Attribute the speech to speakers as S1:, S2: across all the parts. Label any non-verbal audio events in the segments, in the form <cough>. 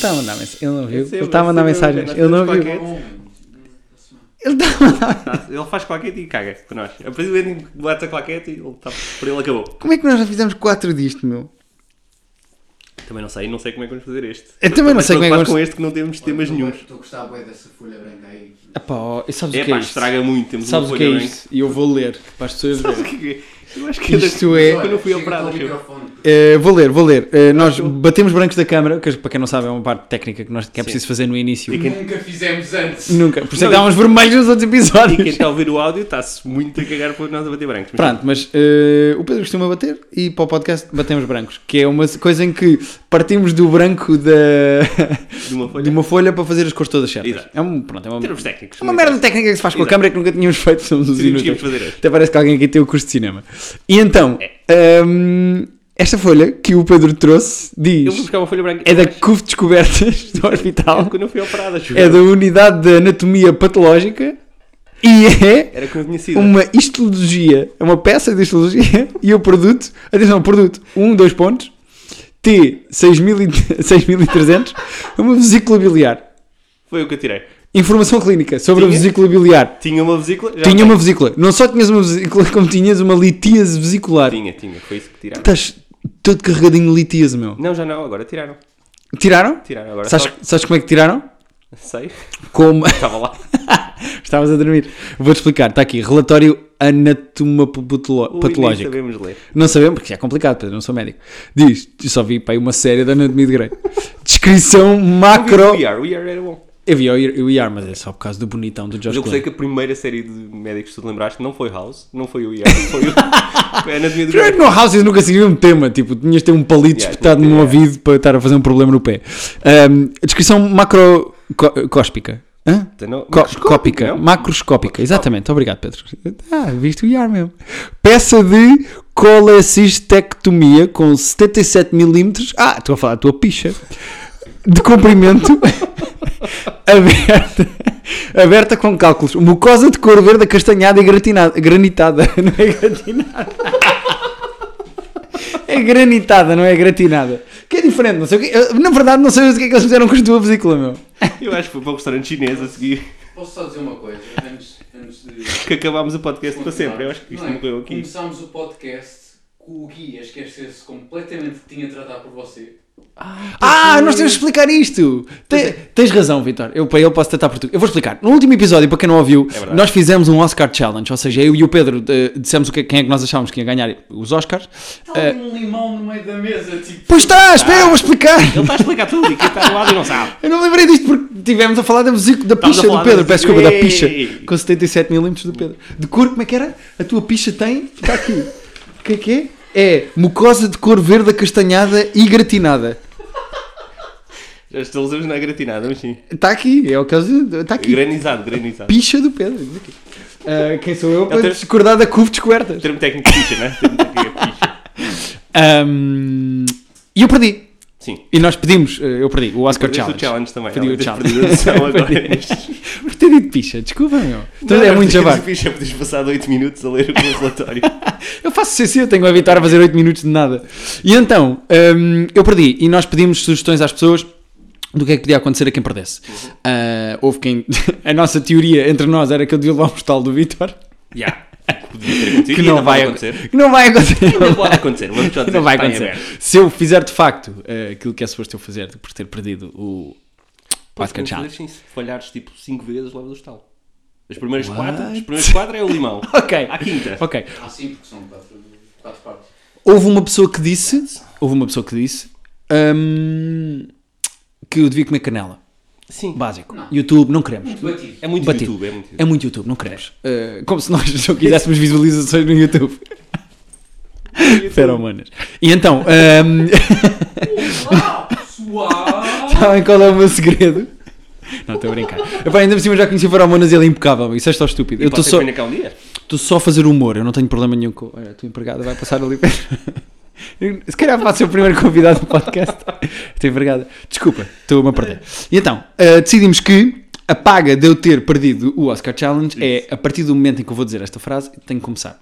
S1: tá mandando mensagem. Eu não vi.
S2: Eu sei,
S1: Ele
S2: eu
S1: tá
S2: sei,
S1: mandando
S2: eu
S1: mensagem.
S2: sei,
S1: Eu não
S2: mas
S1: vi.
S2: qualquer-
S1: Ele tá mandando.
S2: Tá, Ele faz claquete e caga por nós. A partir do momento em que bate a claquete, ele tá, por ele acabou.
S1: Como é que nós já fizemos quatro disto, meu?
S2: Também não sei, não sei como é que vamos fazer este.
S1: Eu também não
S2: Mas
S1: sei como é que
S2: preocupado
S1: vamos.
S2: com este que não temos temas nenhums.
S3: Tu gostava bué dessa folha branca aí.
S1: Epá, ó, e sabes
S2: É
S1: o que é
S2: pá,
S1: isto?
S2: estraga muito, temos
S1: Sabes
S2: uma
S1: o que é
S2: folha branca.
S1: isto? E eu vou ler para as pessoas
S2: Sabes o
S1: verem.
S2: que é? Eu acho que
S1: Isto
S2: era-
S1: é-
S2: quando eu fui
S3: Chega
S2: operado,
S3: com o
S2: acho eu.
S3: microfone.
S1: <laughs> Eh, vou ler, vou ler. Eh, nós batemos brancos da câmara, que para quem não sabe é uma parte técnica que, nós, que é preciso fazer no início.
S2: E quem-
S3: Nunca fizemos antes.
S1: Nunca. Por isso é
S2: Não,
S1: que estávamos vermelhos nos outros
S2: E quem
S1: episódios.
S2: está a ouvir o áudio está-se muito a cagar por nós a bater brancos. Mas
S1: Pronto, mas eh, o Pedro costuma bater e para o podcast batemos brancos, que é uma coisa em que partimos do branco da,
S2: De <laughs> uma folha.
S1: de uma folha para fazer as cores todas certas.
S2: Exato.
S1: É, um, pronto, é uma,
S2: Termos técnicos.
S1: é uma merda técnica que se faz com a
S2: Exato.
S1: câmara que nunca tínhamos feito, somos os
S2: Decidimos que
S1: inúteis.
S2: íamos fazer hoje.
S1: Até parece que alguém aqui tem o curso de cinema. E então,
S2: É.
S1: ehm, esta folha que o Pedro trouxe
S2: Eu vou
S1: diz...
S2: buscar uma folha branca.
S1: É da CUV Descobertas <laughs> do Hospital.
S2: Quando eu fui operado, acho
S1: é da Unidade de Anatomia Patológica e é
S2: Era como eu tinha sido.
S1: uma histologia, é uma peça de histologia <laughs> e o produto, atenção, produto, um, dois pontos, T, <laughs> 6300, é uma vesícula biliar.
S2: Foi o que eu tirei.
S1: Informação clínica sobre a
S2: Tinha?
S1: vesícula biliar.
S2: Tinha uma vesícula? Já
S1: Tinha
S2: não
S1: uma vesícula. Não só tinhas uma vesícula, como tinhas uma litíase vesicular.
S2: Tinha, tinha. Foi isso que tiraram.
S1: Estás todo carregadinho de litíase, meu.
S2: Não, já não. Agora tiraram.
S1: Tiraram?
S2: Tiraram agora.
S1: Sabes,
S2: só-
S1: sabes como é que tiraram?
S2: Sei. <laughs>
S1: Como... <laughs>
S2: Estava lá.
S1: Estavas a dormir. Vou-te explicar, está aqui, relatório
S2: Ui, nem
S1: anatomopatológico.
S2: sabemos ler.
S1: Não sabemos, porque é complicado, Pedro, não sou médico. Diz, eu só vi para aí uma série da anatomia de Grey. <laughs> Descrição macro...
S2: We Are. We Are era bom.
S1: Eu vi o I- o IR, mas é só por causa do bonitão do
S2: Mas
S1: George
S2: eu gostei
S1: Clooney.
S2: que a primeira série de médicos que tu te lembraste não foi House, não foi o IR, foi
S1: <laughs>
S2: o... foi a Anatomia do
S1: Primeiro
S2: Grey.
S1: Tipo, é que no House eu nunca segui um tema, tipo, tinhas de ter um palito
S2: Yeah,
S1: espetado
S2: tinha que
S1: no
S2: ter,
S1: ouvido para estar a fazer um problema no pé. Ahm, descrição macrocóspica. Hã?
S2: Então, Não,
S1: Co-
S2: macroscópica,
S1: cópica,
S2: não?
S1: macroscópica, exatamente, obrigado Pedro. Ah, viste o IAR mesmo. Peça de colecistectomia com 77 milímetros. Ah, estou a falar da tua picha. De comprimento <laughs> aberta, aberta com cálculos. Mucosa de cor verde acastanhada e gratinada, granitada, <laughs> não é gratinada. <laughs> É granitada, não é gratinada. Que é diferente, não sei o que. Na verdade, não sei o que é que eles fizeram com a tua vesícula, meu.
S2: Eu acho que foi para o restaurante chinês a seguir
S3: Posso só dizer uma coisa? Antes, antes de.
S2: que acabámos o podcast para sempre. Eu acho que isto
S3: Não é?
S2: morreu aqui.
S3: Começámos o podcast com o Gui a esquecer-se completamente que tinha de tratar por você.
S1: Ah, nós temos de explicar isto. Te- é. tens razão, Vitor. Eu para ele posso tentar português. Eu vou explicar. No último episódio, para quem não ouviu,
S2: verdade.
S1: nós fizemos um Oscar Challenge. Ou seja, eu e o Pedro eh, dissemos o que, quem é que nós achávamos que ia ganhar os Oscars. Eh,
S3: Está
S2: É.
S3: ali um limão no meio da mesa, tipo.
S1: Pois está, espera, eu vou explicar.
S2: Ele está a explicar tudo e quem está do lado e não sabe.
S1: Eu não lembrei disto porque estivemos a falar da, vesícula- da
S2: Estávamos
S1: picha
S2: a
S1: do
S2: falar
S1: Pedro.
S2: da-
S1: Peço desculpa, da picha.
S2: Ei.
S1: Com 77mm do Pedro. De cor, como é que era? A tua picha tem. Está aqui. O que é que é? É mucosa de cor verde acastanhada e gratinada.
S2: <laughs> Já estamos na gratinada, mas sim.
S1: Está aqui, é o caso. Está aqui.
S2: Granizado, granizado.
S1: picha do Pedro. diz aqui. Ah, quem sou eu para
S2: tenho-
S1: discordar da curva descobertas?
S2: Termo técnico picha, né? Termo técnico picha.
S1: Ahm, E eu perdi.
S2: Sim.
S1: E nós pedimos, eh, eu perdi o Oscar
S2: Perdeste
S1: Challenge.
S2: o challenge também.
S1: Perdi o
S2: Alex,
S1: challenge.
S2: perdi a
S1: <laughs>
S2: noção agora.
S1: Por ter dito picha, desculpa, meu. Então é
S2: Não,
S1: muito
S2: <laughs> não,
S1: jabar.
S2: Picha, podes passar 8 minutos a ler o meu <laughs> relatório.
S1: Eu faço CC, eu tenho a evitar a fazer 8 minutos de nada. E então, ahm, eu perdi. E nós pedimos sugestões às pessoas do que é que podia acontecer a quem perdesse.
S2: Uhum.
S1: Ah, houve quem. <laughs> a nossa teoria entre nós era que eu devia levar um postal do Vitor.
S2: Já. Podia ter acontecido.
S1: Que
S2: e
S1: não
S2: ainda
S1: vai
S2: pode
S1: acontecer. Que não vai acontecer.
S2: Não pode acontecer, vamos só dizer.
S1: <laughs> não vai
S2: está em
S1: acontecer.
S2: aberto.
S1: Se eu fizer de facto eh, aquilo que é suposto eu fazer por ter perdido o
S2: Podes
S1: Oscar Challenge.
S2: fazer, sim, se falhares tipo 5 vezes, levas o estalo. As primeiras
S1: What?
S2: 4 as primeiras quatro é o limão.
S1: Ok.
S2: À quinta.
S1: Ok.
S3: Ah, sim, porque são quatro, quatro partes.
S1: Houve uma pessoa que disse. Houve uma pessoa que disse hum, que eu devia comer canela.
S2: Sim.
S1: Básico.
S3: Não.
S1: YouTube, não queremos.
S3: Batido.
S2: É muito
S1: Batido.
S2: YouTube, é muito YouTube.
S1: É muito YouTube, não queremos. Eh, como se nós <laughs> não quiséssemos visualizações no YouTube. Feromonas. E então, hum, <laughs>
S3: Uau! Suave!
S1: sabem qual é o meu segredo? Não, estou a brincar. Epá, ainda por cima já conheci o Feromonas e ele é impecável. Isso é só estúpido.
S2: Eu
S1: eu estou só.
S2: cá um dia?
S1: Estou só a fazer humor, eu não tenho problema nenhum com. Olha, a tua empregada vai passar ali. <laughs> Eu- Se calhar vai ser o primeiro convidado do podcast. Estou empregada. Desculpa, estou-me a perder. E então, ah, decidimos que a paga de eu ter perdido o Oscar Challenge é a partir do momento em que eu vou dizer esta frase, tenho que começar.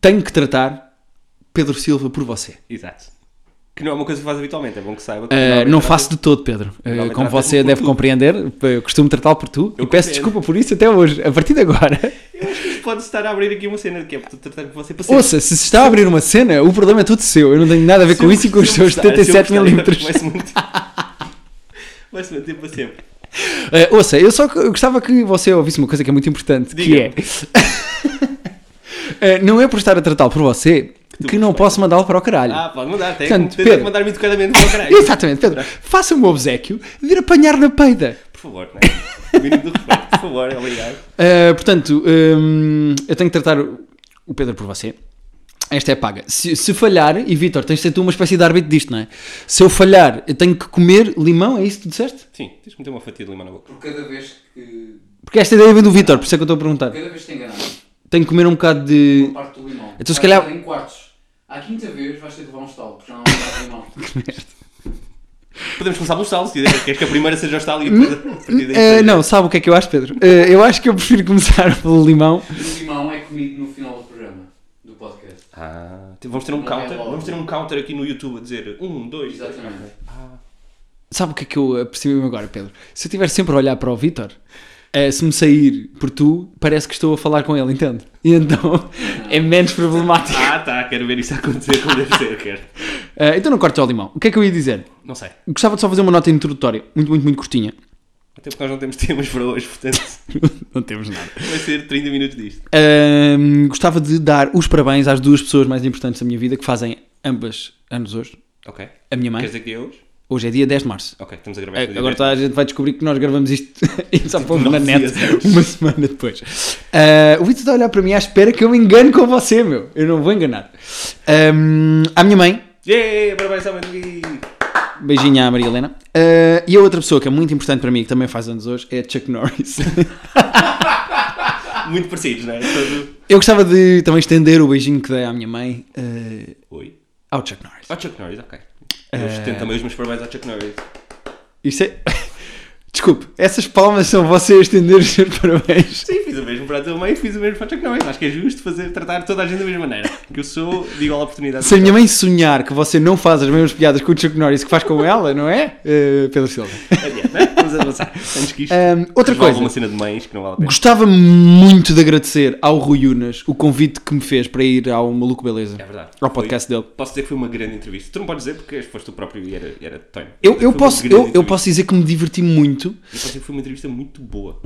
S1: Tenho que tratar Pedro Silva por você.
S2: Exato. Que não é uma coisa que faz habitualmente, é bom que saiba. que
S1: Uh,
S2: normalmente
S1: não
S2: trata-
S1: faço de todo, Pedro. Uh,
S2: Normalmente
S1: como
S2: tratas-me
S1: você
S2: por
S1: deve
S2: tu.
S1: compreender, eu costumo tratá-lo por tu e
S2: Eu
S1: peço
S2: compreendo.
S1: desculpa por isso até hoje. A partir de agora,
S2: Pode estar a abrir aqui uma cena que é para tratar com você para sempre.
S1: ouça, se se está a abrir uma cena, o problema é todo seu. Eu não tenho nada a ver
S2: Se
S1: com
S2: eu
S1: isso e com os
S2: gostar-
S1: seus
S2: se eu gostar,
S1: 77 milímetros.
S2: Vai-se manter. <laughs> Vai-se manter para sempre.
S1: Uh, ouça, eu só que- eu gostava que você ouvisse uma coisa que é muito importante,
S2: Diga-me.
S1: que é... Uh, não é por estar a tratá-lo por você que, não posso mandá-lo para o caralho.
S2: Ah, pode mandar, tem,
S1: é? Portanto,
S2: tem que
S1: Pedro.
S2: mandar-me educadamente para o caralho.
S1: Exatamente, Pedro. Faça-me o obsequio de ir apanhar na peida.
S2: Por favor, não é? O Mínimo do respeito, por favor, obrigado.
S1: Uh, portanto, hum, eu tenho que tratar o o Pedro por você. Esta é paga. Se, se falhar, e Vitor, tens de ser tu uma espécie de árbitro disto, não é? Se eu falhar, eu tenho que comer limão, é isso que tu disseste?
S2: Sim, tens de meter uma fatia de limão na boca.
S3: Por cada vez que.
S1: Porque esta ideia vem do Vitor, por isso é que eu estou a perguntar.
S3: Cada vez que te enganas,
S1: Tenho que comer um bocado de.
S3: por parte do limão.
S1: Então, se
S3: vais
S1: calhar-
S3: dar Em quartos. À quinta vez vais ter de levar um estalo, porque já não há mais limão.
S2: Podemos começar pelo sal, se quiser. Queres que a primeira seja o sal e depois a partir daí.
S1: Uh, não, sabe o que é que eu acho, Pedro? Uh, eu acho que eu prefiro <laughs> começar pelo limão.
S3: O limão é comido no final do programa, do podcast.
S2: Ah, te- vamos ter um
S3: Não é
S2: counter.
S3: logo.
S2: Vamos ter um counter aqui no YouTube a dizer um, dois, três.
S3: Exatamente.
S1: Sabe o que é que eu apercebi-me agora, Pedro? Se eu estiver sempre a olhar para o Vitor, eh, se me sair por tu, parece que estou a falar com ele, entende? E então <laughs> é menos problemático.
S2: Ah, tá, quero ver isso acontecer como deve ser, quero.
S1: Eh, então não cortes ao limão. O que é que eu ia dizer?
S2: Não sei.
S1: Gostava de só fazer uma nota introdutória, muito, muito, muito curtinha.
S2: Até porque nós não temos temas para hoje, portanto
S1: <laughs> não temos nada.
S2: vai ser 30 minutos disto.
S1: Ahm, Ehm, gostava de dar os parabéns às duas pessoas mais importantes da minha vida que fazem ambas anos hoje.
S2: Ok.
S1: A minha mãe.
S2: Queres dizer que é hoje?
S1: Hoje é dia 10 de março.
S2: Ok, estamos a gravar
S1: É,
S2: isto no dia
S1: Agora
S2: 10.
S1: toda a gente vai descobrir que nós gravamos isto <laughs> e só pomos
S2: Nove
S1: na net
S2: dias antes.
S1: uma semana depois. Ah, o Vitor está a olhar para mim à espera que eu me engane com você, meu. Eu não vou enganar. Ahm, à minha mãe,
S2: Yeah, parabéns à Madrid!
S1: beijinho à Maria Helena. Ah, e a outra pessoa que é muito importante para mim, que também faz anos hoje, é Chuck Norris.
S2: Muito parecidos, não é? Todo...
S1: eu gostava de também estender o beijinho que dei à minha mãe ah,
S2: Oi.
S1: ao Chuck Norris.
S2: Ao Chuck Norris, ok. Eu
S1: É.
S2: estendo também os meus parabéns ao Chuck Norris.
S1: Isto é. <laughs> Desculpe, essas palmas são você a estender os seus parabéns.
S2: Sim, fiz o mesmo para a tua mãe e fiz o mesmo para o Chuck Norris. Acho que é justo fazer, tratar toda a gente da mesma maneira. Que eu sou de igual oportunidade.
S1: Se a minha mãe sonhar que você não faz as mesmas piadas que o Chuck Norris que faz com ela, não é? Eh, Pedro Silva.
S2: Adiante, né? vamos avançar. Antes que isto.
S1: Ahm, outra
S2: desvale
S1: coisa.
S2: uma cena de mães que não vale a pena.
S1: Gostava muito de agradecer ao Rui Unas o convite que me fez para ir ao Maluco Beleza.
S2: É verdade.
S1: Ao podcast dele.
S2: Foi- posso dizer que foi uma grande entrevista. Tu não podes dizer porque foste tu próprio e era, era Tony.
S1: Eu,
S2: Foi
S1: eu,
S2: uma
S1: posso,
S2: grande
S1: eu, eu
S2: entrevista.
S1: posso dizer que me diverti muito.
S2: Eu posso dizer que foi uma entrevista muito boa.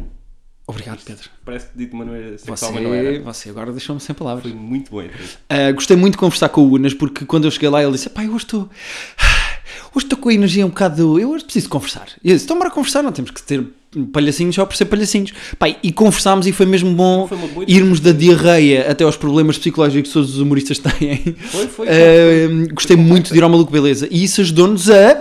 S1: Obrigado, Pedro.
S2: Parece que dito de uma maneira sexual, mas não
S1: Você,
S2: era.
S1: você agora deixou-me sem
S2: Foi
S1: palavras.
S2: muito boa a entrevista.
S1: Ah, gostei muito de conversar com o Unas porque quando eu cheguei lá ele disse: Pai, hoje estou. <sighs> Hoje estou com a energia um bocado. Eu hoje preciso conversar. E eu disse: Então, bora conversar, não temos que ter palhacinhos só por ser palhacinhos. Pai, e conversámos e foi mesmo bom
S2: Foi uma boa
S1: irmos da diarreia até aos problemas psicológicos que todos os humoristas têm.
S2: Foi, foi.
S1: Ah, gostei muito de ir ao Maluco Beleza e isso ajudou-nos a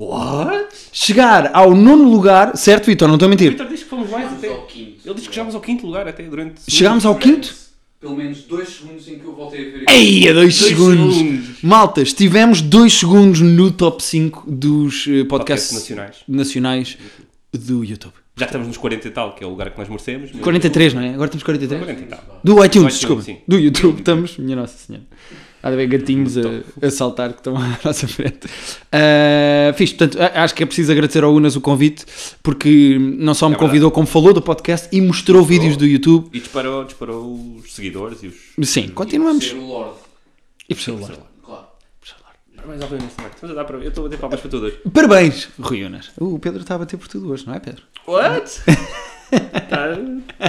S2: What?
S1: chegar ao nono lugar, certo, Vitor? Não estou a
S2: O
S1: mentir.
S2: Vitor diz que fomos mais
S3: Chegámos
S2: até.
S3: ao quinto.
S2: Ele diz que chegámos ao quinto lugar até durante.
S1: Chegámos ao quinto?
S3: Pelo menos dois segundos em que eu voltei a ver.
S1: Ei, a dois,
S2: Dois
S1: segundos.
S2: segundos.
S1: Malta, estivemos dois segundos no top 5 dos eh, podcasts
S2: Podcasts nacionais.
S1: nacionais do YouTube.
S2: Já estamos nos 40 e tal, que é o lugar que nós merecemos. mas-
S1: 43, não é? Agora estamos 43?
S2: 40 e tal.
S1: Do iTunes,
S2: iTunes,
S1: desculpa.
S2: sim.
S1: Do YouTube estamos, minha Nossa Senhora. Há de haver gatinhos a, a saltar que estão <laughs> à nossa frente. Uh, fixe, portanto, a- acho que é preciso agradecer ao Unas o convite, porque não só me
S2: É verdade.
S1: convidou, como falou do podcast e mostrou vídeos do YouTube.
S2: E disparou, disparou os seguidores e os.
S1: Sim,
S3: Ser
S1: continuamos.
S3: o Lorde,
S1: E por celular.
S3: claro.
S2: Parabéns ao Rui neste momento. Mas dá para ver. Eu estou a bater palmas para <laughs> todos.
S1: Parabéns, Rui Unas. Uh, o Pedro está a bater por tudo hoje, não é, Pedro?
S2: What? tá.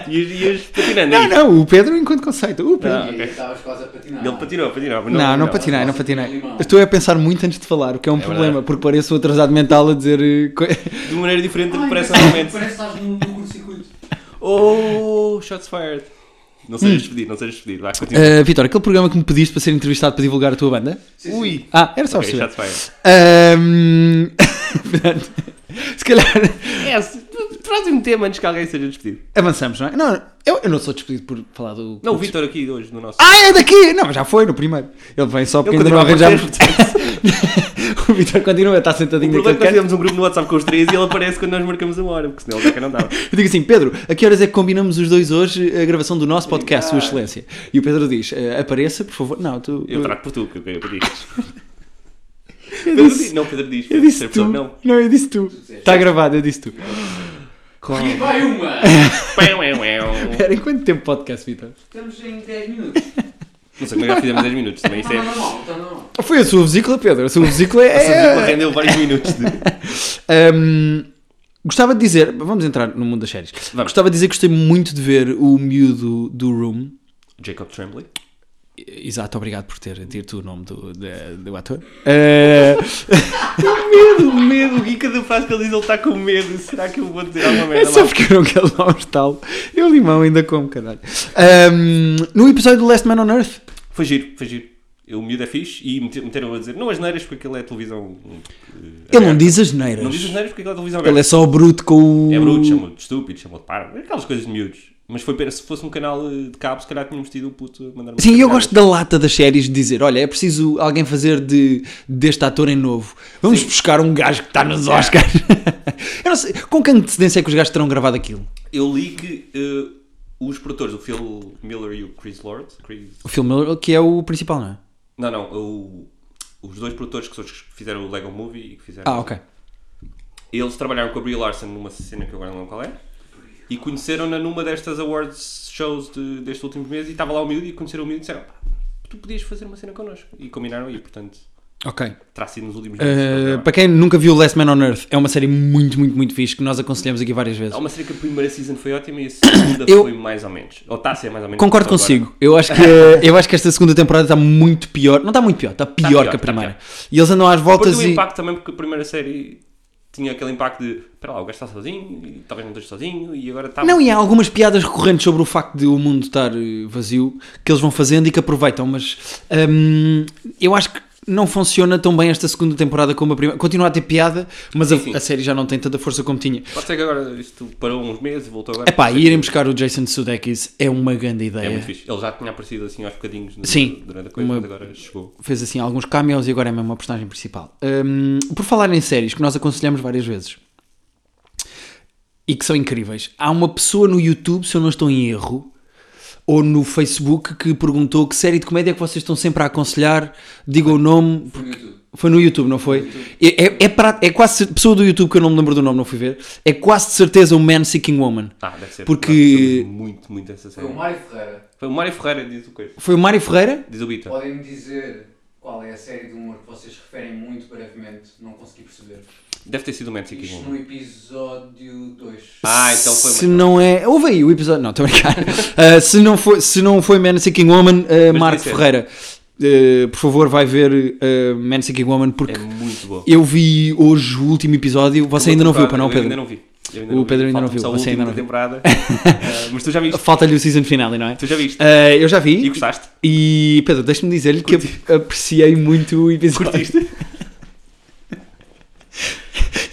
S2: Ias, ias patinando.
S1: Não,
S2: aí.
S1: não, o Pedro enquanto conceito. O Pedro.
S2: Ah,
S3: e
S2: ok.
S3: aí estavas quase a patinar.
S2: Ele patinou, patinou. mas
S1: Não, não, patinei, não
S3: Não,
S1: patinei.
S3: limão.
S1: Estou a pensar muito antes de falar, o que é um problema,
S2: verdade.
S1: porque pareço um atrasado mental a dizer. eh, co-
S2: De uma maneira diferente do que
S3: Ai,
S2: parece
S3: parece-
S2: normalmente.
S3: Parece que estás no, no curto-circuito.
S2: Oh, shots fired. Não
S1: Hum.
S2: sejas despedido, não sejas despedido. Vai,
S1: <laughs>
S2: continua.
S1: Eh, Vitor, aquele programa que me pediste para ser entrevistado para divulgar a tua banda?
S3: Sim, sim.
S1: Ah, era só
S2: Ok,
S1: perceber.
S2: shots fired.
S1: Ahm, <laughs> portanto, se calhar <laughs>
S2: É, se- traz um tema antes que alguém seja despedido.
S1: avançamos, não é? Não, eu, eu não sou despedido por falar do.
S2: Não, o Vitor aqui hoje no nosso.
S1: Ah, é daqui! Não, mas já foi no primeiro. Ele vem só porque ainda não
S2: continua a
S1: arranjámos.
S2: aparecer,
S1: <laughs> o Vitor continua, está
S2: O
S1: sentadinho
S2: problema
S1: naquele
S2: é que nós
S1: canto.
S2: fizemos um grupo no WhatsApp com os três e ele aparece quando nós marcamos uma hora, porque senão ele já não dava.
S1: Eu digo assim, Pedro, a que horas é que combinamos os dois hoje a gravação do nosso podcast, Sua Excelência? E o Pedro diz, "Eh, apareça, por favor. Não, tu.
S2: <laughs> Eu trato por tu, que eu pedi.
S1: Eu
S2: Pedro
S1: disse-
S2: diz- Não, Pedro diz.
S1: Eu
S2: Pedro
S1: disse tu.
S2: Pessoa,
S1: Não.
S2: Não.
S1: eu disse tu.
S3: disseste.
S1: Está gravado, eu disse tu.
S2: Qual?
S3: E vai uma!
S1: Espera, em quanto tempo podcast, Vitor?
S3: Estamos em 10 minutos.
S2: Não sei como é que já fizemos 10 minutos. Também isto
S3: Está
S2: é.
S3: normal, está normal.
S1: Foi a sua vesícula, Pedro. A sua vesícula
S2: Essa
S1: é...
S2: rendeu vários minutos. De...
S1: Ahm, gostava de dizer... Vamos entrar no mundo das séries.
S2: Vamos.
S1: Gostava de dizer que gostei muito de ver o miúdo do Room.
S2: Jacob Tremblay.
S1: Exato, obrigado por ter dito o nome do, de- do ator. Eh,
S2: Medo, medo. E cada frase que ele diz, ele está com medo. Será que eu vou dizer alguma
S1: é
S2: merda?
S1: só porque eu não quero lá um estalo. Eu limão ainda como, caralho. Ahm, no episódio do Last Man on Earth,
S2: Foi giro, foi giro. O miúdo é fixe e mete- meteram a dizer não as neiras porque ele é televisão. eh,
S1: ele É. não
S2: aberta.
S1: diz as neiras.
S2: Não diz as neiras porque ele é televisão.
S1: Ele é
S2: aberta.
S1: só bruto com o...
S2: É bruto, chamou-lhe de estúpido, chamou-lhe de parvo. Aquelas coisas de miúdos. Mas foi pena, se fosse um canal eh, de cabo, se calhar tínhamos tido o puto a mandar umas
S1: Sim, eu
S2: caralhadas.
S1: gosto da lata das séries de dizer, olha, é preciso alguém fazer de, deste ator em novo. Vamos buscar um gajo que está nos Oscars. <laughs> eu não sei, com que antecedência é que os gajos terão gravado aquilo?
S2: Eu li que eh, os produtores, o Phil Miller e o Chris Lord. Chris-
S1: O filme que é o principal, não é?
S2: Não, não, o- os dois produtores que são os que fizeram o Lego Movie e que fizeram.
S1: Ah, ok.
S2: Eles trabalharam com a Brie Larson numa cena que eu agora não lembro qual é. E conheceram-na numa destas awards shows de- deste último mês e estava lá o miúdo e conheceram o miúdo e disseram "Pá, tu podias fazer uma cena connosco. E combinaram e, portanto,
S1: Ok.
S2: terá sido nos últimos meses.
S1: Uh,
S2: Não,
S1: para quem nunca viu Last Man on Earth, é uma série muito, muito, muito fixe que nós aconselhamos aqui várias vezes.
S2: Há uma cena que a primeira season foi ótima e a segunda
S1: Eu-
S2: foi mais ou menos. Ou está a ser mais ou menos.
S1: Concordo
S2: Agora.
S1: consigo. Eu acho, que, é,
S2: <laughs>
S1: eu acho que esta segunda temporada está muito pior. Não está muito pior, está pior,
S2: pior,
S1: que a
S2: está
S1: primeira. E eles andam às voltas
S2: Depois do
S1: e.
S2: impacto também, porque a primeira série tinha aquele impacto de espera lá, o gajo está sozinho, e talvez não esteja sozinho, e agora está.
S1: Não, e há algumas piadas recorrentes sobre o facto de o mundo estar eh, vazio que eles vão fazendo e que aproveitam, mas hum, eu acho que não funciona tão bem esta segunda temporada como a primeira. Continua a ter piada, mas a,
S2: Sim, sim.
S1: a série já não tem tanta força como tinha.
S2: Pode ser que agora isto parou uns meses e voltou agora.
S1: É pá,
S2: Pode ser
S1: irem
S2: que-
S1: buscar o Jason Sudeikis é uma grande
S2: É,
S1: ideia.
S2: muito fixe. Ele já tinha aparecido assim aos bocadinhos no-
S1: Sim.
S2: durante a coisa,
S1: Uma-
S2: mas agora chegou.
S1: fez assim alguns cameos e agora é mesmo a personagem principal. Hum, por falar em séries que nós aconselhamos várias vezes e que são incríveis, há uma pessoa no YouTube, se eu não estou em erro, ou no Facebook que perguntou que série de comédia é que vocês estão sempre a aconselhar, diga o nome.
S3: Foi no YouTube.
S1: Foi no YouTube, não foi? É, é, é, pra- é quase pessoa do YouTube que eu não me lembro do nome, não fui ver. É quase de certeza o Man Seeking Woman.
S2: Ah, deve ser.
S1: Porque-
S2: Nós gostamos Muito, muito dessa
S3: Foi
S2: série.
S3: o Mário Ferreira.
S2: Foi o Mário Ferreira, diz o coisa.
S1: Foi o Mário Ferreira?
S2: Diz o Bita.
S3: Podem-me dizer qual é a série de humor que vocês referem muito brevemente? Não consegui perceber.
S2: Deve ter sido o Magic
S3: Isto no episódio 2.
S2: Ah, então foi.
S1: se
S2: mas-
S1: não é. Ouve aí o episódio. Não, estou a
S2: <laughs>
S1: brincar. Ah, se, não foi, se não foi Man Seeking Woman, ah,
S2: Mas
S1: Marco
S2: tem
S1: Ferreira, ah, por favor, vai ver ah, Man Seeking Woman, porque
S2: É muito bom.
S1: eu vi hoje o último episódio. Você
S2: Eu
S1: ainda
S2: vou
S1: não viu,
S2: trocar,
S1: para não,
S2: eu ainda
S1: Pedro?
S2: não vi. Eu
S1: O Pedro ainda não
S2: Falta-me
S1: viu,
S2: só o
S1: você ainda
S2: último
S1: não <laughs>
S2: temporada. Ah, mas tu já viste.
S1: Falta-lhe o season final, não é?
S2: Tu já
S1: <laughs>
S2: viste.
S1: Ah, eu já vi.
S2: E gostaste?
S1: E Pedro, deixa-me dizer-lhe que ap- apreciei muito o episódio.
S2: Curtiste?
S1: <laughs>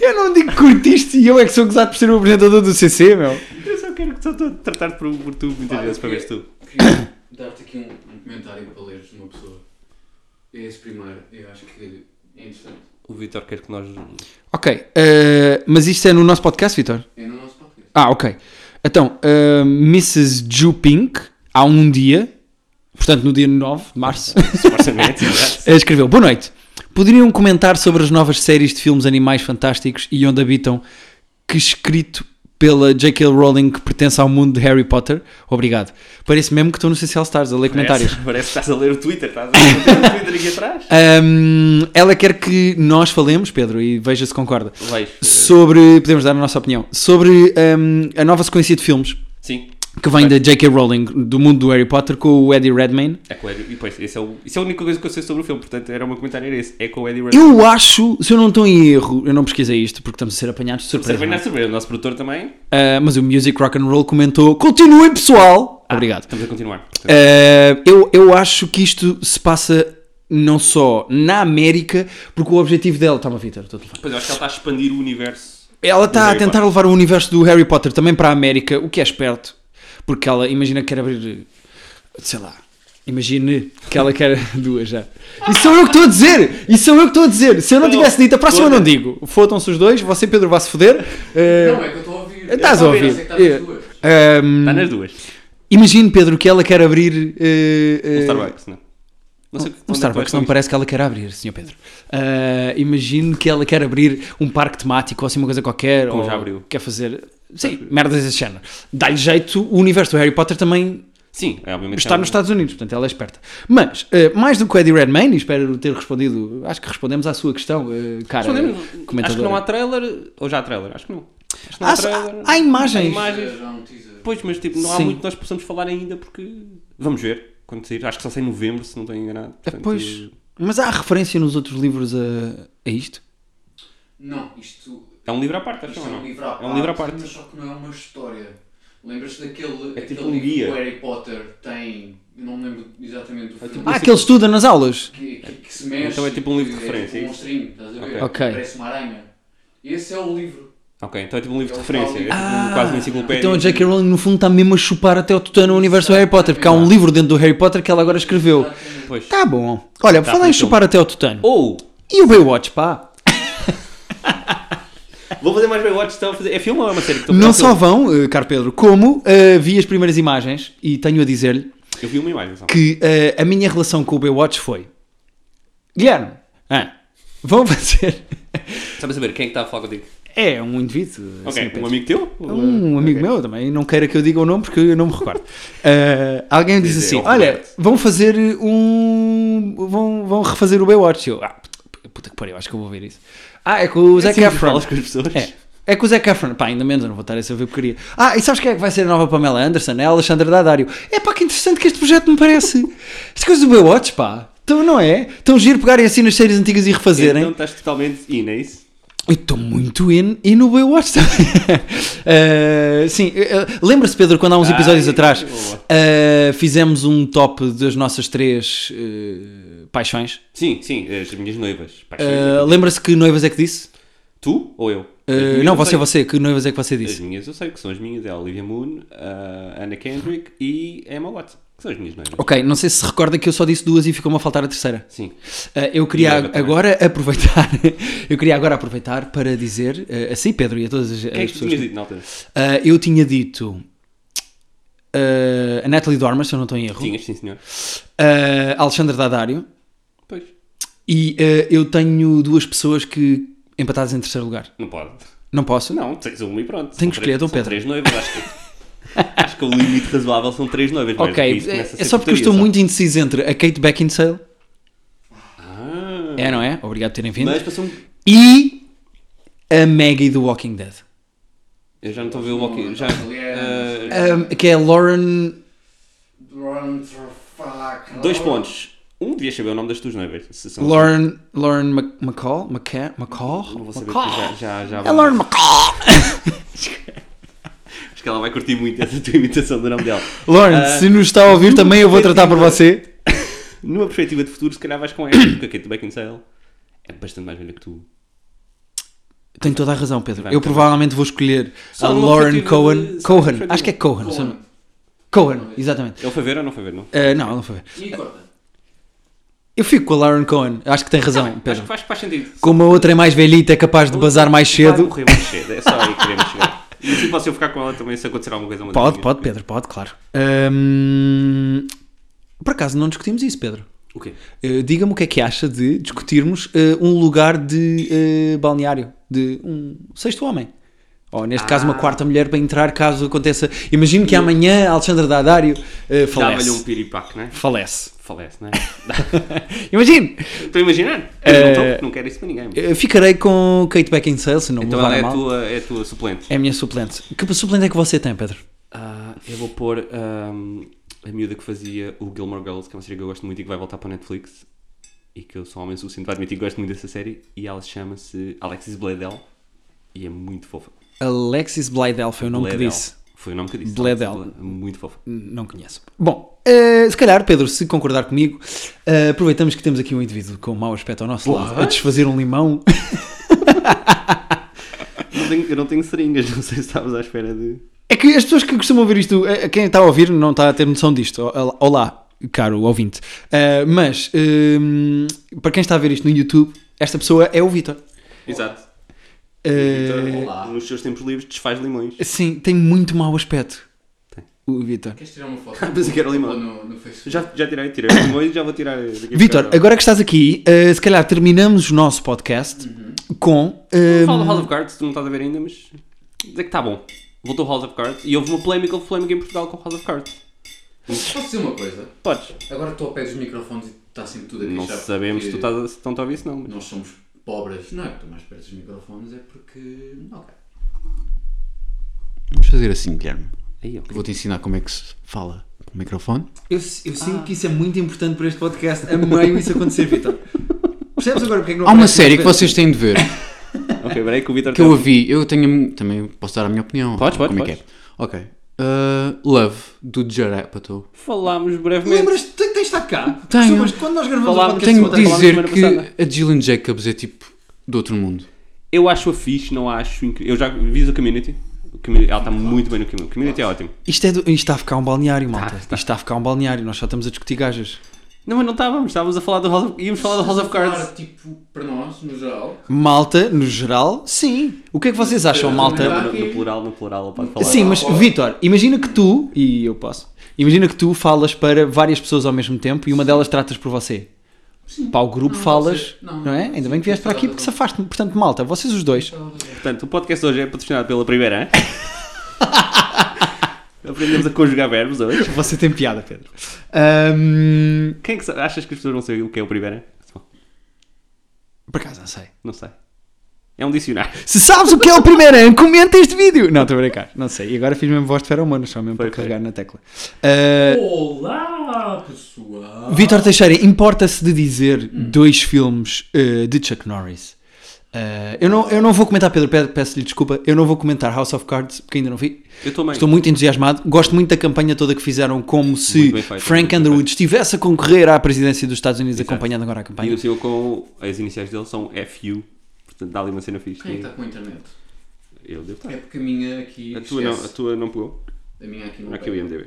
S1: Eu não digo que curtiste e eu é que sou gozado por ser o apresentador do CC, meu.
S2: Eu só quero que só estou a tratar-te por, por tu muitas vezes para veres tu.
S3: Queria dar-te aqui um, um comentário para leres de uma pessoa. É esse primeiro, eu acho que é interessante.
S2: O Vitor quer que nós.
S1: Ok, ah, mas isto é no nosso podcast, Vitor?
S3: É no nosso podcast.
S1: Ah, ok. Então, ah, Mrs. Ju Pink, há um dia, portanto no dia 9 de março, <laughs>
S2: Supostamente, exato.
S1: escreveu: Boa noite. Poderiam comentar sobre as novas séries de filmes animais fantásticos e onde habitam, que escrito pela J.K. Rowling que pertence ao mundo de Harry Potter? Obrigado. Parece mesmo que estou no CCL Stars a ler comentários.
S2: Parece, parece que estás a ler o Twitter, estás a ler o Twitter aqui atrás.
S1: Ahm, ela quer que nós falemos, Pedro, e veja se concorda.
S2: Vais. eh,
S1: Sobre, podemos dar a nossa opinião, sobre ahm, a nova sequência de filmes
S2: Sim,
S1: que vem da J.K. Rowling, do mundo do Harry Potter, com o Eddie Redmayne.
S2: é com o Eddie. E pois, esse é o, isso é a única coisa que eu sei sobre o filme, portanto era o meu comentário era esse. É com o Eddie Redmayne.
S1: Eu acho, se eu não estou em erro, eu não pesquisei isto porque estamos a ser apanhados de surpresa.
S2: Serve
S1: não é?
S2: na surpresa, o nosso produtor também.
S1: Ah, mas o Music Rock and Roll comentou: continuem, pessoal! Obrigado.
S2: Estamos a continuar. portanto.
S1: Ah, eu, eu acho que isto se passa não só na América, porque o objetivo dela. Toma, Vitor, estou a telefone.
S2: Pois eu acho que ela está a expandir o universo.
S1: Ela está a
S2: Harry
S1: tentar levar o universo do Harry Potter também para a América, o que é esperto, porque ela imagina que quer abrir, sei lá, imagine que ela quer <laughs> duas já. Isso sou eu que estou a dizer! Isso sou eu que estou a dizer! Se eu não
S2: Não,
S1: tivesse dito, a próxima eu
S2: toda.
S1: não digo. Fodam-se os dois, você Pedro vai se foder. Eh,
S3: Não, é que eu estou a ouvir.
S1: estás a
S3: Eu
S1: ouvir.
S3: sei que estás nas duas.
S1: Eh, ehm,
S2: Tá Está nas duas.
S1: Imagine Pedro que ela quer abrir. eh, eh,
S2: No Starbucks, não? é? Não sei que-
S1: Um
S2: onde é que tu és
S1: Starbucks
S2: com
S1: não
S2: isto.
S1: parece que ela quer abrir, Sr. Pedro. Ah, imagino que ela quer abrir um parque temático ou assim uma coisa qualquer.
S2: Como
S1: ou
S2: já abriu.
S1: Quer fazer. Sim, merdas desse género. Dá-lhe jeito, o universo do Harry Potter também
S2: Sim, é, obviamente.
S1: está
S2: é um-
S1: nos Estados Unidos, portanto ela é esperta. Mas, eh, mais do que o Eddie Redmayne, e espero ter respondido, acho que respondemos à sua questão, eh, cara.
S2: Respondemos,
S1: comentadora.
S2: Acho que não há trailer. Ou já há trailer? Acho que não. Acho que não
S1: Ah, só- há- há imagens.
S2: imagens.
S3: Já há um teaser.
S2: Pois, mas tipo, não há
S1: Sim.
S2: muito que nós possamos falar ainda porque. Vamos ver quando sair. Acho que só sai em novembro, se não estou enganado. Portanto,
S1: É, Pois, mas há referência nos outros livros a, a isto?
S3: Não, isto,
S2: É um livro à parte, acho
S3: isto
S2: ou
S3: é
S2: não?
S3: um livro à parte.
S2: É um livro à parte.
S3: Mas só que não é uma história. Lembras-te daquele
S2: É tipo
S3: aquele
S2: um
S3: livro
S2: guia.
S3: que o Harry Potter tem. Eu não me lembro exatamente do filme.
S2: tipo-
S1: Ah, que ele estuda nas aulas?
S3: que, que- que se mexe.
S2: Então é tipo um livro de
S3: que
S2: referência,
S3: É
S2: é
S3: tipo um
S2: isso?
S3: monstrinho, estás a ver?
S1: Ok. Ok.
S3: Parece uma aranha. Esse é o livro.
S2: Ok, então é tipo um livro de
S3: É um
S2: referência. É tipo
S1: Ah,
S2: um- quase uma enciclopédia.
S1: Então a J.K. Rowling no fundo está mesmo a chupar até o tutano no universo do Harry Potter, porque há um livro dentro do Harry Potter que ela agora escreveu. Oh.
S3: Exatamente.
S2: Pois. Oh,
S1: Tá bom. Olha, por
S2: Tá,
S1: falar em
S2: muito
S1: chupar até o tutano.
S2: Ou,
S1: E o Baywatch, pá?
S2: vou fazer mais Baywatch, estão a fazer. É filme ou é uma série que estou a
S1: Não
S2: fazer?
S1: só vão, eh, caro Pedro, como eh, vi as primeiras imagens e tenho a dizer-lhe
S2: Eu vi uma imagem só.
S1: que eh, a minha relação com o Baywatch foi Guilherme, ah, vão <laughs> fazer.
S2: Só para saber quem é que está a falar contigo.
S1: É um indivíduo. assim,
S2: Ok, um
S1: Pedro.
S2: amigo teu?
S1: Um amigo meu também, não queira que eu diga o nome porque eu não me
S2: <laughs>
S1: recordo. Ah, alguém diz
S2: Diz, é
S1: assim:
S2: o
S1: Olha,
S2: Roberto."
S1: vão fazer um. Vão, vão refazer o Baywatch. Eu, ah, puta que pariu, acho que eu vou ver isso. Ah, é com o Zac
S2: assim que tu
S1: Efron.
S2: falas com as pessoas?
S1: É. É com o Zac Efron. Pá, ainda menos, eu não vou estar a saber porcaria. Ah, e sabes quem é que vai ser a nova Pamela Anderson? É a Alexandra Daddario. É pá, que interessante que este projeto me parece. As coisas do Baywatch, pá. Então não é? Tão giro pegarem assim nas séries antigas e refazerem.
S2: Então estás totalmente in, é isso?
S1: Eu estou muito in e no Baywatch também. <laughs> Eh, sim, eh, lembra-se, Pedro, quando há uns episódios
S2: Ai,
S1: atrás
S2: boa.
S1: eh, fizemos um top das nossas três eh, paixões.
S2: Sim, sim, as minhas noivas. Paixões.
S1: Eh, lembra-se que noivas é que disse?
S2: Tu ou eu?
S1: Eh,
S2: As minhas
S1: não,
S2: eu
S1: você,
S2: sei.
S1: você, que noivas é que você
S2: As
S1: disse?
S2: minhas eu sei que são as minhas, é a Olivia Moon, a Anna Kendrick e a Emma Watson, que são as minhas noivas.
S1: Ok, não sei se se recorda que eu só disse duas e ficou-me a faltar a terceira.
S2: Sim.
S1: Eh, eu queria
S2: Noiva também.
S1: agora aproveitar, <laughs> eu queria agora aproveitar para dizer eh, a si, Pedro, e a todas as,
S2: Quem é
S1: as
S2: que tu
S1: pessoas.
S2: tinhas dito na altura?
S1: Eh, eu tinha dito eh, a Natalie Dormer, se eu não estou em erro.
S2: Tinhas, sim senhor.
S1: Uh, Alexandre Dadário
S2: Pois.
S1: e uh, eu tenho duas pessoas que empatadas em terceiro lugar.
S2: Não pode.
S1: Não posso?
S2: Não, tens uma e pronto.
S1: Tenho que
S2: São
S1: escolher,
S2: três-
S1: Dom
S2: são
S1: Pedro.
S2: três noivas, acho que...
S1: <laughs>
S2: acho que o limite razoável são três noivas. mais do
S1: Ok,
S2: que isso
S1: é,
S2: começa a
S1: é
S2: ser
S1: só porque eu
S2: putaria,
S1: estou
S2: só.
S1: muito indeciso entre a Kate Beckinsale,
S2: Ah,
S1: é, não é? Obrigado por terem vindo,
S2: mas passou um...
S1: e a Maggie do Walking Dead,
S2: Eu já não estou a ver o Walking... Um Já... ah,
S1: Um, que é a Lauren.
S3: Run for fuck.
S2: dois pontos. Um, devias saber o nome das tuas noivas. se são-
S1: Lauren. Lauren Mac- McCall? McCall? McCall?
S2: Não vou saber, porque já, já, já...
S1: É Lauren McCall!
S2: Acho que ela vai curtir muito essa tua imitação do nome dela.
S1: Lauren,
S2: Ah,
S1: se nos está a ouvir, também eu vou tratar por você.
S2: Numa perspectiva de futuro, se calhar vais com ela, porque a Kate Beckinsale é bastante mais velha que tu.
S1: Tenho toda a razão, Pedro.
S2: Vai,
S1: Eu
S2: Pedro.
S1: provavelmente vou escolher
S2: Só
S1: a
S2: numa
S1: Lauren
S2: perspectiva
S1: Cohen.
S2: de- só numa
S1: Cohen,
S2: perspectiva.
S1: acho que é Cohen. se eu não-
S3: Cohen.
S1: Cohen, exatamente.
S2: Ele foi ver ou não foi ver, não?
S1: Eh, não, não foi.
S3: E corta.
S1: Eu fico com a Lauren Cohen. Acho que tem razão,
S2: Acho
S1: Pedro.
S2: que faz, faz sentido.
S1: Como a outra é mais velhita, é capaz de bazar mais
S2: Vai
S1: cedo.
S2: morrer mais cedo, é só aí que queremos chegar. E assim posso eu ficar com ela também se acontecer alguma coisa. uma
S1: Pode,
S2: das
S1: pode,
S2: minhas.
S1: Pedro, pode, claro. Ahm, por acaso não discutimos isso, Pedro.
S2: O quê?
S1: Eh, Diga-me o que é que acha de discutirmos eh, um lugar de eh, balneário, de um sexto homem. Ou neste caso, uma
S2: Ah.
S1: quarta mulher para entrar caso aconteça. Imagino que amanhã a Alexandra Dadário eh,
S2: Dava-lhe um
S1: falece.
S2: piripaque, não é?
S1: Falece.
S2: Falece, não é?
S1: Imagino!
S2: <laughs> Estou a imaginar. Eu
S1: Eh,
S2: não, estou, não quero isso para ninguém.
S1: Eh, Ficarei com Kate Beckinsale, se não
S2: Então
S1: me
S2: ela
S1: levar
S2: é
S1: a
S2: a,
S1: mal.
S2: tua, é a tua suplente.
S1: É a minha suplente. Que suplente é que você tem, Pedro?
S2: Ah, eu vou pôr ahm, a miúda que fazia o Gilmore Girls, que é uma série que eu gosto muito e que vai voltar para a Netflix. E que eu sou um homem suficiente para admitir que gosto muito dessa série. E ela chama-se Alexis Bledel. E é muito fofa.
S1: Alexis Blydell foi o nome
S2: Bledel.
S1: que disse.
S2: Foi o nome que eu disse.
S1: Bledel.
S2: Alexis Muito fofa.
S1: Não conheço. Bom, eh, se calhar, Pedro, se concordar comigo, eh, aproveitamos que temos aqui um indivíduo com mau aspecto ao nosso lado a desfazer um limão.
S2: Não tenho- eu não tenho seringas, <laughs> não sei se estavas à espera de.
S1: É que as pessoas que costumam ouvir isto, eh, quem está a ouvir não está a ter noção disto. Olá, caro ouvinte. Eh, mas, hum, para quem está a ver isto no YouTube, esta pessoa é o Vitor.
S2: Exato.
S1: Eh,
S2: Então, nos seus tempos livres desfaz limões.
S1: sim, tem muito mau aspecto.
S2: Tem.
S1: o Vitor.
S3: Queres tirar uma foto?
S2: <laughs> Pensei que era limão.
S3: Ou No, no Facebook.
S2: Já, já tirei, tirei o limão e já vou tirar. daqui a
S1: Vitor,
S2: bocado.
S1: agora que estás aqui, eh, se calhar terminamos o nosso podcast com. eh,
S2: Fala
S3: Hum.
S2: do House of Cards, tu não estás a ver ainda, mas. Dizer que está bom. Voltou o House of Cards e houve uma polémica, houve polémica em Portugal com o House of Cards.
S3: Posso dizer uma coisa?
S2: Podes.
S3: Agora estou ao pé dos microfones e está sempre tudo a
S2: Não
S3: queixar,
S2: sabemos se tu
S3: porque
S2: estás a- se estão a ouvir isso, não. Mas...
S3: Nós somos pobres. Não é porque estou mais perto dos microfones, é porque. Ok. Vamos fazer assim, Guilherme.
S2: Aí, ó.
S3: Vou-te ensinar como é que se fala com o microfone.
S1: Eu, eu sinto que isso é muito importante para este podcast. Amei isso acontecer, Vitor. Percebes agora porque é que não
S3: Há uma
S1: aparece
S3: série que
S1: na
S3: vocês têm de ver.
S2: Ok, peraí que o tá- Vitor.
S3: que eu ouvi, eu tenho. Também posso dar a minha opinião.
S2: Podes,
S3: como
S2: podes,
S3: é que é? Ok. Uh, Love, do Jarepato.
S2: Falámos
S1: cabeça.
S2: brevemente.
S1: Lembras-te? Tens de estar cá?
S3: Tenho.
S1: Costumas- Quando nós gravamos
S2: Falámos-
S1: o podcast,
S2: Tenho
S1: eu
S3: Tenho
S1: vou estar-
S2: falar
S3: de dizer
S2: semana
S3: que
S2: passada.
S3: a Gillian Jacobs é tipo do outro mundo.
S2: Eu acho a fixe, não a acho incrível. Eu já vi o Community. O Community- Ela está muito bem no Community. O Community é ótimo.
S1: Isto, é do- isto está a ficar um balneário, malta.
S2: Tá,
S1: Isto está a ficar um balneário. Nós só estamos a discutir gajas.
S2: Não, mas não estávamos. Estávamos a falar do House of... Íamos falar do House of Cards.
S3: tipo, para nós, no geral.
S1: Malta, no geral, sim. O que é que vocês acham, malta?
S2: Não, no, no plural, no plural, ele pode falar.
S1: Sim, mas
S3: Olá.
S1: Vitor, imagina que tu, e eu posso, imagina que tu falas para várias pessoas ao mesmo tempo e uma delas tratas por você. Para o grupo
S3: Não,
S1: falas,
S3: você- não,
S1: não é?
S3: não,
S1: Ainda
S3: sim,
S1: bem que vieste para aqui
S3: toda
S1: porque
S3: a
S1: se afaste Portanto, malta, vocês os dois.
S2: Portanto, o podcast hoje é patrocinado pela primeira, hein? <laughs> Aprendemos a conjugar verbos hoje.
S1: Você tem piada, Pedro. Ahm,
S2: Quem é que sabe? achas que as pessoas não sabem o que é o primeira?
S1: por acaso, não sei.
S2: Não sei. É um dicionário.
S1: Se sabes o que é o primeiro ano, comenta este vídeo. Não, estou a brincar. Não sei. E agora fiz mesmo voz de feromonas, só mesmo
S2: Foi,
S1: para
S2: foi.
S1: carregar na tecla. Ah,
S3: Olá, pessoal!
S2: Ah.
S1: Vitor Teixeira, importa-se de dizer dois filmes ah, de Chuck Norris. Ah, eu, não, eu não vou comentar, Pedro, pe- peço-lhe desculpa. Eu não vou comentar House of Cards, porque ainda não vi.
S2: Eu também.
S1: Estou muito entusiasmado. Gosto muito da campanha toda que fizeram, como se
S2: Muito bem feito, muito
S1: Frank
S2: bem
S1: Underwood
S2: feito.
S1: estivesse a concorrer à presidência dos Estados Unidos,
S2: Exato.
S1: acompanhando agora a
S2: E
S1: campanha.
S2: o seu com as iniciais dele são FU. Portanto, dá ali uma cena fixe.
S3: Quem é que está com a internet?
S2: Eu devo estar.
S3: É porque a minha aqui.
S2: A tua, não, a
S3: esquece.
S2: tua não pegou? é
S3: A minha aqui não
S2: Aqui o
S3: pega.
S2: IMDB.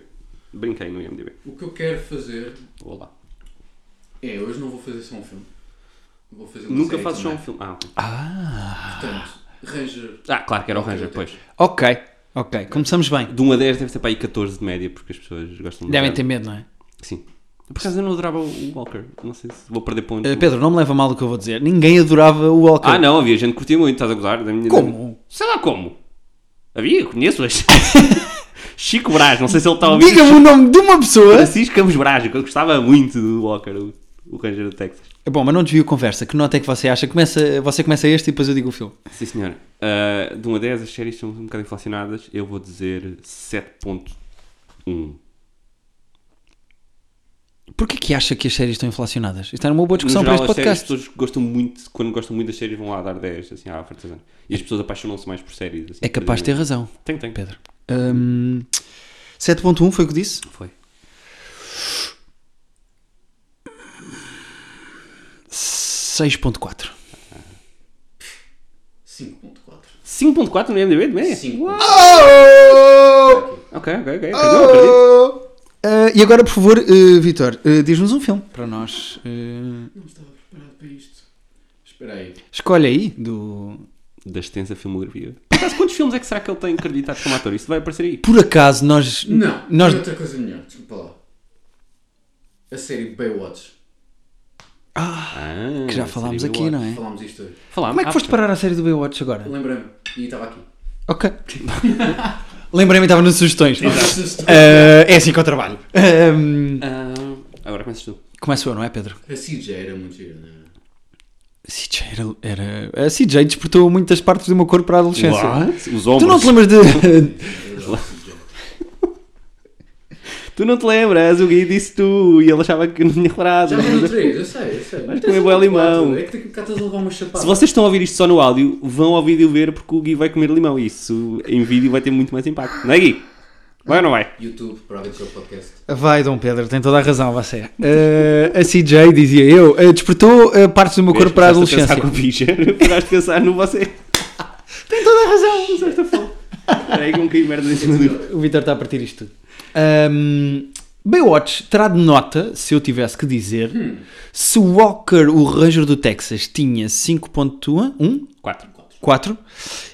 S2: Brinquei no IMDB.
S3: O que eu quero fazer
S2: Olá.
S3: é. Hoje não vou fazer só um filme. Vou fazer uma
S2: Nunca
S3: série
S2: fazes só um
S3: também.
S2: filme. Ah, ok.
S3: Portanto, Ranger.
S2: Ah, claro que era o Ranger, pois.
S1: Ok, ok. Começamos bem.
S2: De 1 a 10 deve ser para aí 14 de média, porque as pessoas gostam de
S1: Devem ter medo, não é?
S2: Sim. Por acaso eu não adorava o Walker. Não sei se vou perder pontos.
S1: Uh, Pedro, não me leva a mal o que eu vou dizer. Ninguém adorava o Walker.
S2: Ah, não, havia gente que curtia muito, estás a gozar da minha.
S1: Como?
S2: Sei lá como. Havia, conheço-as. <laughs> Chico Brás, não sei se ele está a ouvir.
S1: Diga-me o nome de uma pessoa.
S2: Francisco Campos Brás, que eu gostava muito do Walker, o, o Ranger do Texas.
S1: Bom, mas não desvio a conversa. Que nota é que você acha? Começa, você começa este e depois eu digo o filme.
S2: Sim, senhor. Ah, de 1 a 10, as séries são um bocado inflacionadas. Eu vou dizer 7.1.
S1: Porquê que acha que as séries estão inflacionadas? Isto era uma boa
S2: No
S1: discussão
S2: geral,
S1: para
S2: as
S1: este
S2: séries, as
S1: podcast.
S2: pessoas gostam muito, quando gostam muito das séries, vão lá dar 10, assim, à fartazana. E as pessoas apaixonam-se mais por séries. Assim,
S1: É capaz de ter razão,
S2: Tem, tem.
S1: Pedro. Hum, 7.1 foi o que disse?
S2: Foi.
S1: 6.4.
S3: 5.4.
S2: 5.4 no IMDb de média?
S3: 5.
S2: Ok, ok, ok. Não, acredito.
S1: Ah, e agora, por favor, eh, Vitor, eh, diz-nos um filme para nós. eh,
S3: Não estava preparado para isto. Espera aí.
S1: escolhe aí do.
S2: da extensa filmografia. Por acaso, quantos filmes é que será que ele tem acreditado como ator? Isso vai aparecer aí.
S1: Por acaso nós.
S3: Não,
S1: Nós...
S3: tem outra coisa melhor. Desculpa lá. A série Baywatch.
S2: Ah,
S1: Que já falámos aqui, não é?
S3: Falámos isto hoje.
S2: Falámos.
S1: Como é que
S2: Ah,
S1: foste parar a série do Baywatch agora?
S3: Lembrei-me. E estava aqui.
S1: Ok. <laughs> Lembrei-me, estava nas sugestões.
S3: Exato.
S1: Ah, é assim que eu trabalho. hum, Ahm,
S2: Ah, agora começas tu.
S1: começo eu, não é, Pedro?
S3: A CJ era muito gira, não era?
S1: A CJ era, era- A CJ despertou muitas partes do meu corpo para a adolescência.
S2: What? Os
S1: Tu não
S2: ombros.
S1: te lembras de.
S3: Eu adorava a CJ.
S2: Tu não te lembras? O Gui disse tu e ele achava que não tinha parado.
S3: Já vi no 3, eu sei, eu sei.
S2: Vais comer bué limão.
S3: É que daqui a bocado estás a levar uma chapada.
S2: Se vocês estão a ouvir isto só no áudio, vão ao vídeo ver porque o Gui vai comer limão. e Isso em vídeo vai ter muito mais impacto. Não é, Gui? Vai ou não vai?
S3: YouTube, para ver é o seu podcast.
S1: <laughs> Vai, Dom Pedro, tem toda a razão, você. Ah, a CJ, dizia eu, ah, despertou ah, partes do meu corpo para a
S2: Vês, começaste
S1: adolescência.
S2: pensar com o Fischer, paraste de pensar no você.
S1: Tem toda a razão.
S2: Usaste a fome. Espera aí que eu me caí merda em
S3: <laughs>
S2: cima do...
S1: O Vitor está a partir isto tudo. Ahm, Baywatch terá de nota, se eu tivesse que dizer, se o Walker, o Ranger do Texas, tinha 5.1,
S2: 4.
S1: 4,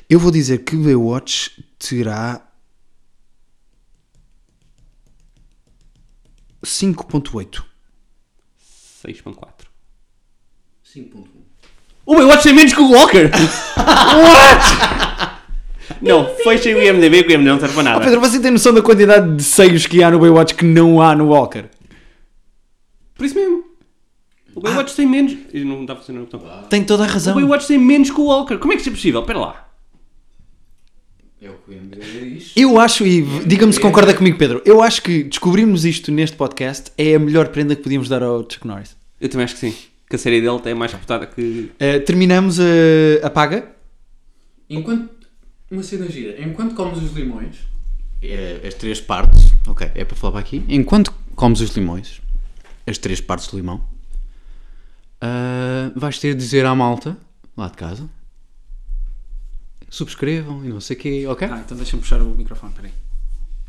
S1: eu vou dizer que Baywatch terá 5.8.
S2: 6.4.
S3: 5.1.
S2: O meu Watch tem menos que o <laughs> Walker! What? não, fechem o IMDB que o IMDB não serve para
S1: Ah,
S2: nada.
S1: Pedro, você tem noção da quantidade de seios que há no Baywatch que não há no Walker?
S2: Por isso mesmo. Ah. Então. O Baywatch tem menos. Ih, Não está funcionando o botão.
S1: Tem toda a
S2: O
S1: razão.
S2: Baywatch tem menos que o Walker. Como é que isso é possível? Espera lá.
S3: É o que o IMDB diz.
S1: Eu acho, e v- diga-me se concorda comigo, Pedro, eu acho que descobrirmos isto neste podcast é a melhor prenda que podíamos dar ao Chuck Norris.
S2: Eu também acho que sim. Que a série dele é mais reputada que.
S1: Eh, terminamos eh, a paga.
S3: Enquanto. Uma cena gira. Enquanto comes os limões. É, as três partes. Ok, é para falar para aqui. Enquanto comes os limões. As três partes do limão. ah, vais ter de dizer à malta. Lá de casa. Subscrevam e não sei o quê, ok?
S1: então deixa-me puxar o microfone, peraí.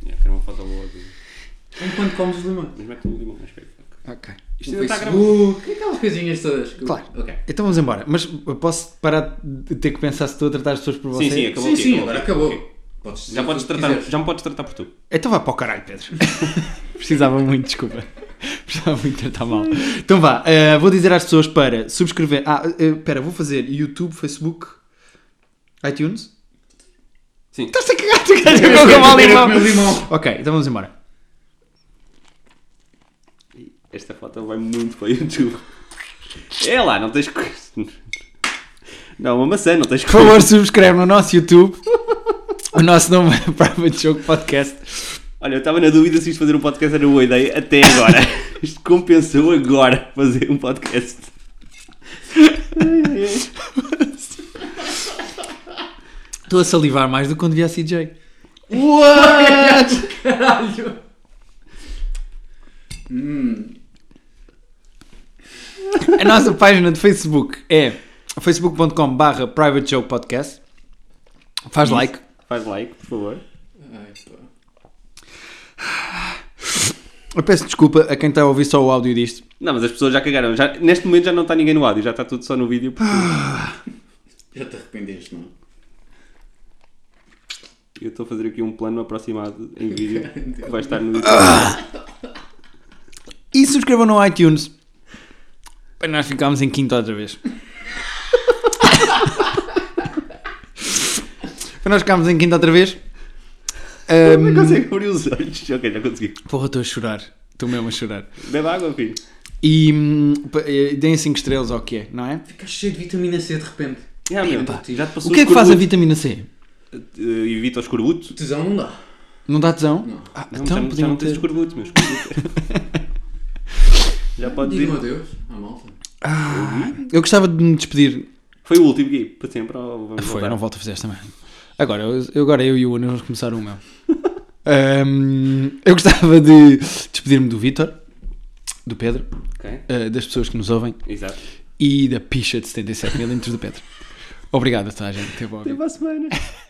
S2: Yeah, quero uma foto boa. do-
S3: Enquanto comes os limões.
S2: Mas mete o limão mais feio.
S1: Ok.
S2: Isto
S3: No
S2: ainda está gravado.
S3: Facebook. Aquelas coisinhas todas. que-
S1: Claro.
S3: Ok.
S1: Então vamos embora. Mas eu posso parar de ter que pensar se estou a tratar as pessoas por
S2: Sim,
S1: vocês?
S2: sim, acabou
S3: Sim,
S2: aqui,
S3: sim, agora
S2: aqui.
S3: acabou.
S2: Ok.
S3: Podes dizer
S2: Já,
S3: o que
S2: podes
S3: tu
S2: tratar,
S3: quiseres.
S2: já me podes tratar por tu.
S1: Então vá para o caralho, Pedro. <laughs> Precisava muito, desculpa. <laughs> Precisava muito tratar mal. Então vá, eh, vou dizer às pessoas para subscrever. Ah, eh, espera, vou fazer YouTube, Facebook, iTunes.
S2: Sim.
S1: Estás a cagar, tu queres que eu
S3: Eu
S1: coma o
S3: quero
S1: limão?
S3: comer o limão.
S1: Ok, então vamos embora.
S2: Esta foto vai muito para o YouTube. É lá, não tens. co- Não, é uma maçã, não tens.
S1: Por favor, subscreve no nosso YouTube. O nosso nome é Private Joke Podcast.
S2: Olha, eu estava na dúvida se isto fazer um podcast era boa ideia até
S1: <laughs>
S2: agora. isto compensou agora fazer um podcast.
S1: Estou a salivar mais do que quando vi a CJ. What?
S3: Caralho! <laughs> Hum.
S1: A nossa página de Facebook é facebook.com barra Private Joke Podcast. Faz like.
S2: Faz like, por favor.
S3: Ai, pá.
S1: Eu peço desculpa a quem está a ouvir só o áudio disto.
S2: Não, mas as pessoas já cagaram. Já, neste momento já não está ninguém no áudio, já está tudo só no vídeo. porque
S3: Já te arrependeste, não?
S2: eu estou a fazer aqui um plano aproximado em vídeo que vai estar no YouTube.
S1: Ah, E subscrevam no iTunes. Para nós ficarmos em quinto outra
S2: <laughs>
S1: vez. para nós ficarmos em quinto outra vez.
S2: Eu não
S1: Ahm,
S2: consigo é abrir os olhos. Ok, já consegui.
S1: porra, estou a chorar. Estou mesmo a chorar.
S2: Bebe água, filho.
S1: E hum, pa- eh, deem 5 estrelas ao que é, não é?
S3: Ficas cheio de vitamina C de repente.
S2: Ah, meu,
S3: Epá.
S2: já te passou
S1: O que é
S2: os
S1: que faz a
S2: corbutos.
S1: vitamina C?
S2: Eh, evita os corbutos.
S3: Tesão não dá.
S1: Não dá tesão?
S3: Não.
S1: Ah,
S2: Não,
S1: então
S2: já, já
S1: podiam
S2: não tens os
S1: ter...
S2: corbutos, meus corbutos.
S1: <laughs>
S2: já podes ir.
S3: Digam adeus à malta.
S1: Eu gostava de me despedir.
S2: Foi o último aqui, para sempre. ou vamos
S1: Foi,
S2: voltar?
S1: eu não volto a fazer esta merda. Agora, eu- eu, agora eu e o Ana vamos começar o meu. Ahm, eu gostava de despedir-me do Vitor, do Pedro,
S2: Ok,
S1: ah, das pessoas que nos ouvem
S2: exato.
S1: e da picha de 77mm do Pedro. Obrigado a toda a gente que teve a ouvir.
S2: Até para a semana.